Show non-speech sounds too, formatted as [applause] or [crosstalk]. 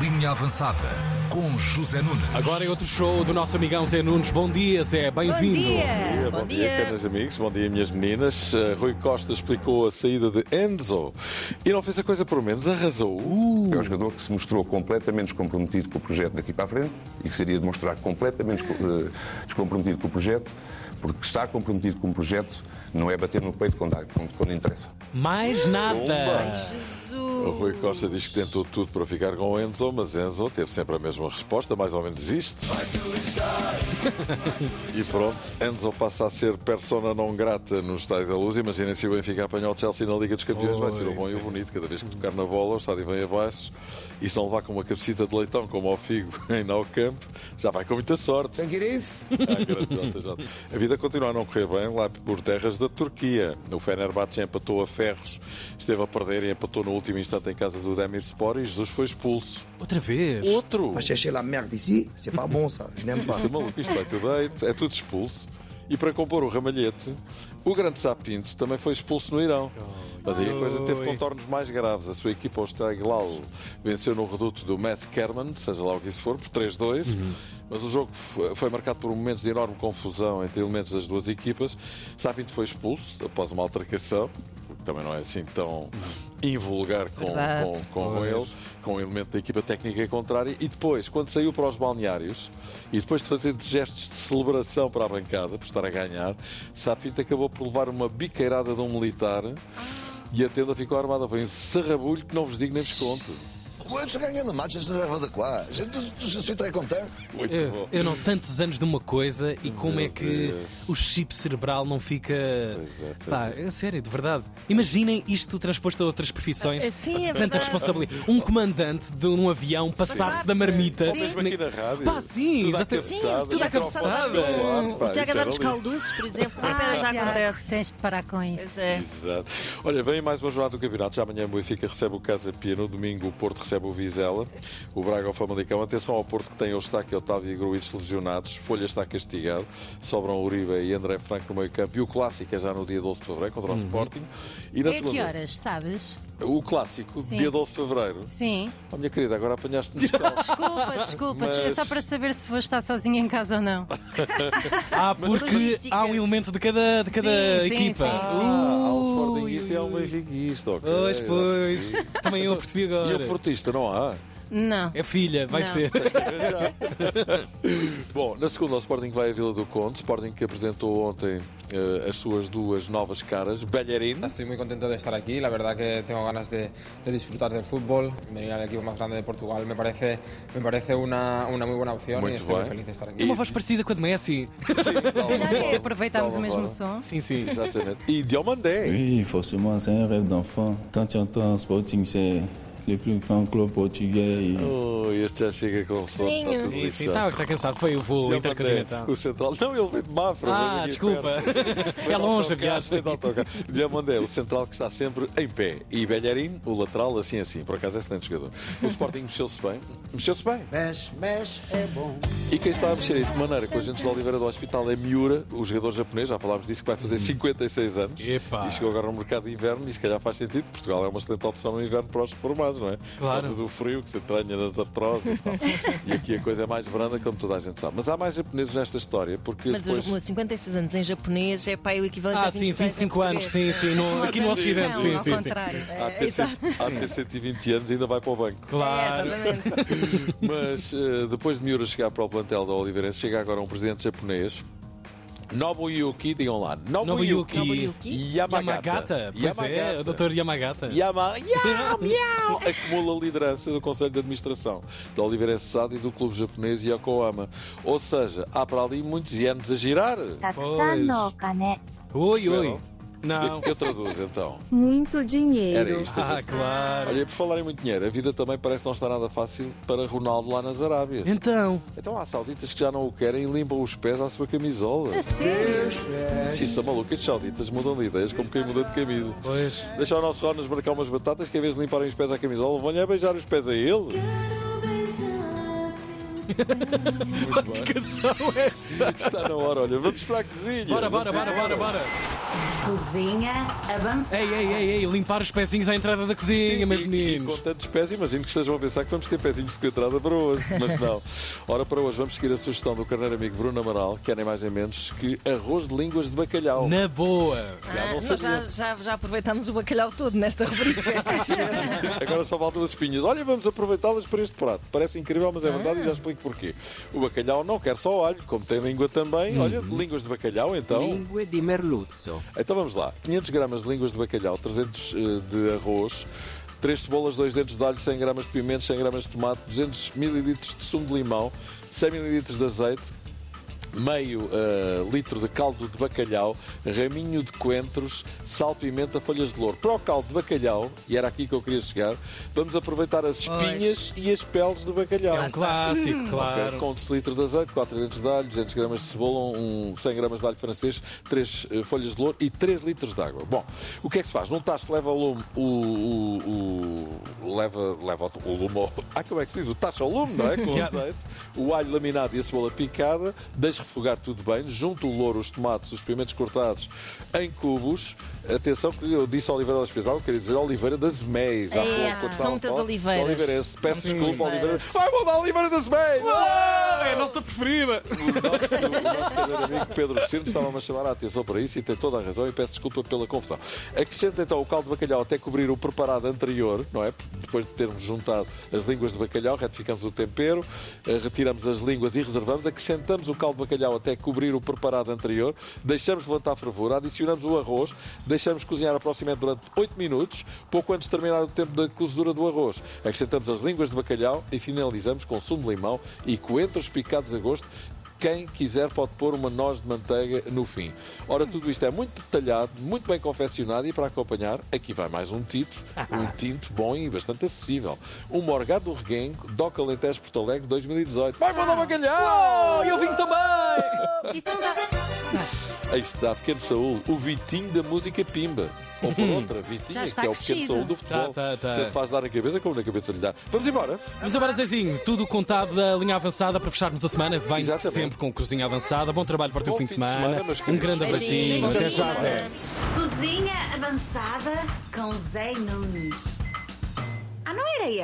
Linha Avançada com José Nunes. Agora é outro show do nosso amigão Zé Nunes. Bom dia, Zé, bem-vindo. Bom dia. Bom dia, bom dia, caros amigos, bom dia, minhas meninas. Uh, Rui Costa explicou a saída de Enzo e não fez a coisa por menos, arrasou. É um jogador que se mostrou completamente descomprometido com o projeto daqui para a frente e que seria de mostrar completamente desco- eh, descomprometido com o projeto, porque estar comprometido com o projeto não é bater no peito quando, há- quando- quando interessa. Mais nada. O Rui Costa diz que tentou tudo para ficar com Enzo, mas Enzo teve sempre a mesma resposta, mais ou menos isto. [laughs] e pronto, Enzo passa a ser persona não grata no Estádio da Luz. Imaginem se o Benfica apanhar o Chelsea na Liga dos Campeões, vai ser o bom e o bonito. Cada vez que tocar na bola, o estádio vem abaixo. E se não levar com uma cabecita de leitão, como ao Figo [laughs] em Nou Camp, já vai com muita sorte. Ah, grande Jota, Jota. A vida continua a não correr bem lá por terras da Turquia. O Fenerbahçe empatou a ferros, esteve a perder e empatou no último instante em casa do Demirspor e Jesus foi expulso. Outra vez. Outro! Va chercher la merde ici, c'est pas bon ça, je n'aime pas. Isso é maluco, isto é today, é tudo expulso. E para compor o ramalhete, o grande Sapinto também foi expulso no Irão. Mas aí a coisa teve contornos mais graves. A sua equipa, o Steglal, venceu no reduto do Matt Kerman, seja lá o que isso for, por 3-2. Mas o jogo f- foi marcado por momentos de enorme confusão entre elementos das duas equipas. Sapinto foi expulso após uma altercação, o que também não é assim tão invulgar com, com, Verdade. com ele, com o elemento da equipa técnica contrária, e depois, quando saiu para os balneários, e depois de fazer gestos de celebração para a bancada, por estar a ganhar, Sapinto acabou por levar uma biqueirada de um militar e a tenda ficou armada. Foi um serrabulho que não vos digo nem vos conto. Quantos ganham no match, não leva de quá. Je, je suis très content. Muito Eu, bom. eu não tantos anos de uma coisa e como é que Deus. o chip cerebral não fica. é, pois Pá, é sério, de verdade. Imaginem isto transposto a outras profissões. Ah, sim, é Tanta verdade. responsabilidade. Um comandante de um avião passar-se Passar-se. da marmita. Ou mesmo aqui na rádio. Pá, sim, tudo à exatamente. Sim, cabeçada, tudo à microfones cabeçada. no ar, pá, O Tiago isso é era Adams lindo. Calduces, por exemplo, nem pera já Tiago, acontece. Tens de parar com isso. Pois é. Exato. Olha, vem mais uma jornada do campeonato. Já amanhã o Benfica recebe o Casa Pia. No domingo o Porto recebe o Vizela. O Braga ao Famalicão. Atenção ao Porto que tem Eustáquio, Otávio e Gruitch lesionados. Folha está castigado. Sobram Uribe e André Franco no meio campo. E o clássico é já no dia 12 de Fevereiro contra o Uhum. Sporting. E na É a que segunda, horas, sabes? o clássico, Sim. dia 12 de Fevereiro. Sim. Oh, minha querida, agora [laughs] apanhaste-nos calços. [laughs] Desculpa, desculpa. Mas- É só para saber se vou estar sozinha em casa ou não. Ah, porque Logísticas. há um elemento de cada, de cada Sim, sim, equipa. sim, sim. Ah, há um Sportingista Ui, e há um ui. Benfiquista. ok. Pois, Já percebi. pois. Também eu percebi E agora. o Portista, não há? Não. É filha, vai Não. ser. Bom, na segunda, o Sporting vai à Vila do Conde. Sporting que apresentou ontem eh, as suas duas novas caras, Bellerin. Estoy muy contento de estar aquí, la verdad que tengo ganas de, de disfrutar del fútbol. Venir al equipo más grande de Portugal me parece, me parece una, una muy buena opción Muy y estoy bien. muy feliz de estar aquí. Tem uma voz parecida com a de Messi. Olha, aproveitámos é, Tá o mesmo som. Sim, sim. Exatamente. E Diomandé. Oui, forcément, c'est un rêve d'enfant. Quand tu entends Sporting, c'est le plus grand club portugais. et- Oh, este já chega com sono. Está tudo Sim, sim. lixado. Está, está cansado. Foi o voo Diomandé, intercontinental. o central. Não, ele veio de Mafra. Ah, desculpa. [laughs] É longe a viagem. Diamandé, o central que está sempre em pé. E Bellerin, o lateral, assim, assim. Por acaso é excelente jogador. O Sporting mexeu-se bem. Mexeu-se bem. Mexe, mexe, é bom. E quem está a mexer aí de maneira com a gente de Oliveira do Hospital é Miura, o jogador japonês, já falámos disso, que vai Hum. fazer 56 anos. Epá. E chegou agora no mercado de inverno e se calhar faz sentido. Portugal é uma excelente opção no inverno para os formados, não é? Por Claro. causa do frio que se tranha nas artroses [laughs] e tal. e aqui a coisa é mais branda, como toda a gente sabe. Mas há mais japoneses nesta história, porque Mas depois... os meus 56 anos em japonês é pai o equivalente Ah, a sim, 26 em 25 anos, português. sim, sim. no- aqui no Não, Ocidente, sim, sim, ao sim. contrário. É, Há até cento- há até 120 anos e ainda vai para o banco. Claro. É, exatamente. [laughs] Mas eh, depois de Miura chegar para o plantel da Oliveirense, chega agora um presidente japonês, Nobuyuki, digam lá, Nobuyuki, Nobuyuki? Yamagata. Yamagata. Pois é, o doutor Yamagata. Yama, Yau, miau, [laughs] acumula a liderança do Conselho de Administração da Oliveirense SAD e do clube japonês Yokohama. Ou seja, há para ali muitos ienes a girar. né? Oi, Perceberam? oi. Não. [laughs] Eu, eu traduzo então. Muito dinheiro. Era isto. Ah, claro. Olha, e por falar em muito dinheiro, a vida também parece não estar nada fácil para Ronaldo lá nas Arábias. Então, Então há sauditas que já não o querem e limpam os pés à sua camisola. A sério? Sim, são malucos. Estes sauditas mudam de ideias como quem muda de camisa. pois. Deixa o nosso Ronas marcar umas batatas que, em vez de limparem os pés à camisola, vão-lhe a beijar os pés a ele. Muito bem. Que são estes? Tipo, Está na hora, olha. Vamos para a cozinha. Bora, bora, bora, bora, bora. Cozinha avançada. Ei, ei, ei, ei, limpar os pezinhos à entrada da cozinha, meus E com meninos. tantos pés, imagino que estejam a pensar que vamos ter pezinhos de cotrada para hoje, mas não. Ora, para hoje vamos seguir a sugestão do carneiro amigo Bruno Amaral, que é nem mais nem menos que arroz de línguas de bacalhau. Na boa! Se calhar Ah, não nós sabia. já, já, já aproveitámos o bacalhau todo [laughs] nesta rubrica. Agora só faltam as espinhas. Olha, vamos aproveitá-las para este prato. Parece incrível, mas é verdade e já explico porquê. O bacalhau não quer só alho, como tem língua também. Uhum. Olha, línguas de bacalhau então. Lingue di merluzzo. Então vamos lá. 500 gramas de línguas de bacalhau, 300 eh, de arroz, 3 cebolas, 2 dentes de alho, 100 gramas de pimento, 100 gramas de tomate, 200 mililitros de sumo de limão, 100 mililitros de azeite, meio eh, litro de caldo de bacalhau, raminho de coentros, sal, pimenta, folhas de louro. Para o caldo de bacalhau, e era aqui que eu queria chegar, vamos aproveitar as espinhas e as peles do bacalhau. É um clássico, Ok, claro. Com 10 litros de azeite, 4 dentes de alho, 200 gramas de cebola, um, 100 gramas de alho francês, 3 folhas de louro e 3 litros de água. Bom, o que é que se faz? Num tacho leva o lume, o, o- o- leva, leva o lume ao... [laughs] Ah, como é que se diz? O tacho ao lume, [laughs] não é? Com Yeah. azeite, o alho laminado e a cebola picada, deixa refogar tudo bem, junto o louro, os tomates, os pimentos cortados em cubos. Atenção que eu disse Oliveira do Hospital, eu queria dizer Oliveira das Meis. há É, pouco, são quando estava a muitas falar. oliveiras. Oliveirense. São Peço muitas desculpa, Oliveira. oliveiras. Vai mandar Oliveira das Meis! É a nossa preferida! meu amigo Pedro Cirno estava-me a chamar a atenção para isso e tem toda a razão e peço desculpa pela confusão. Acrescenta então o caldo de bacalhau até cobrir o preparado anterior, não é? Depois de termos juntado as línguas de bacalhau, retificamos o tempero, eh, retiramos as línguas e reservamos, acrescentamos o caldo de bacalhau até cobrir o preparado anterior, deixamos levantar a fervura, adicionamos o arroz, deixamos cozinhar aproximadamente durante 8 minutos, pouco antes de terminar o tempo da cozedura do arroz. Acrescentamos as línguas de bacalhau e finalizamos com sumo de limão e coentros picados a gosto quem quiser pode pôr uma noz de manteiga no fim. Ora, Hum. tudo isto é muito detalhado, muito bem confeccionado e para acompanhar, aqui vai mais um [laughs] tinto, um tinto bom e bastante acessível. Um morgado do reguengo, Doca Alentejo Porto Alegre 2018. Vai mandar bacalhau! Ah, eu vim também! Isso não dá. Aí está, Pequeno Saúl, o Vitinho da música Pimba. Ou por outra, Já Vitinha, que está é o Pequeno crescido. Saúl do futebol. Hum. Tá, tá, tá. Tanto faz dar na cabeça como na cabeça lhe dar. Vamos embora! Mas agora, Zezinho, tudo contado da linha avançada para fecharmos a semana. Vem sempre com cozinha avançada. Bom trabalho para o teu fim de semana. um grande abracinho. Até já, Zé. Cozinha avançada com Zé Nunes. Ah, não era